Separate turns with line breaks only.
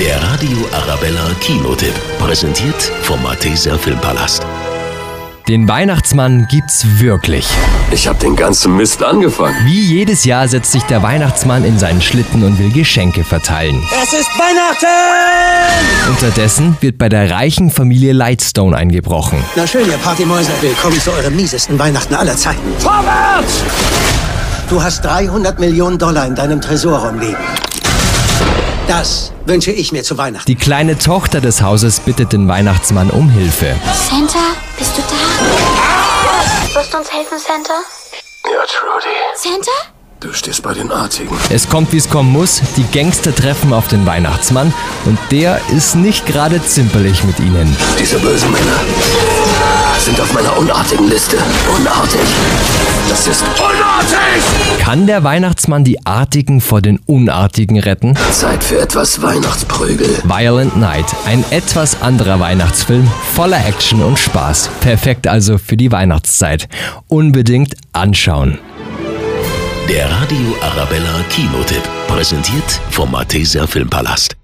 Der Radio Arabella Kinotipp. Präsentiert vom Malteser Filmpalast.
Den Weihnachtsmann gibt's wirklich.
Ich habe den ganzen Mist angefangen.
Wie jedes Jahr setzt sich der Weihnachtsmann in seinen Schlitten und will Geschenke verteilen.
Es ist Weihnachten!
Unterdessen wird bei der reichen Familie Lightstone eingebrochen.
Na schön, ihr Partymäuse. Willkommen zu eurem miesesten Weihnachten aller Zeiten.
Vorwärts!
Du hast 300 Millionen Dollar in deinem Tresor rumliegen. Das wünsche ich mir zu Weihnachten.
Die kleine Tochter des Hauses bittet den Weihnachtsmann um Hilfe.
Santa, bist du da? Wirst du uns helfen, Santa?
Ja, Trudy.
Santa?
Du stehst bei den Artigen.
Es kommt, wie es kommen muss. Die Gangster treffen auf den Weihnachtsmann und der ist nicht gerade zimperlich mit ihnen.
Diese bösen Männer sind auf meiner unartigen Liste. Unartig. Das ist unartig!
Kann der Weihnachtsmann die Artigen vor den Unartigen retten?
Zeit für etwas Weihnachtsprügel.
Violent Night, ein etwas anderer Weihnachtsfilm, voller Action und Spaß. Perfekt also für die Weihnachtszeit. Unbedingt anschauen.
Der Radio Arabella Kinotipp. Präsentiert vom Malteser Filmpalast.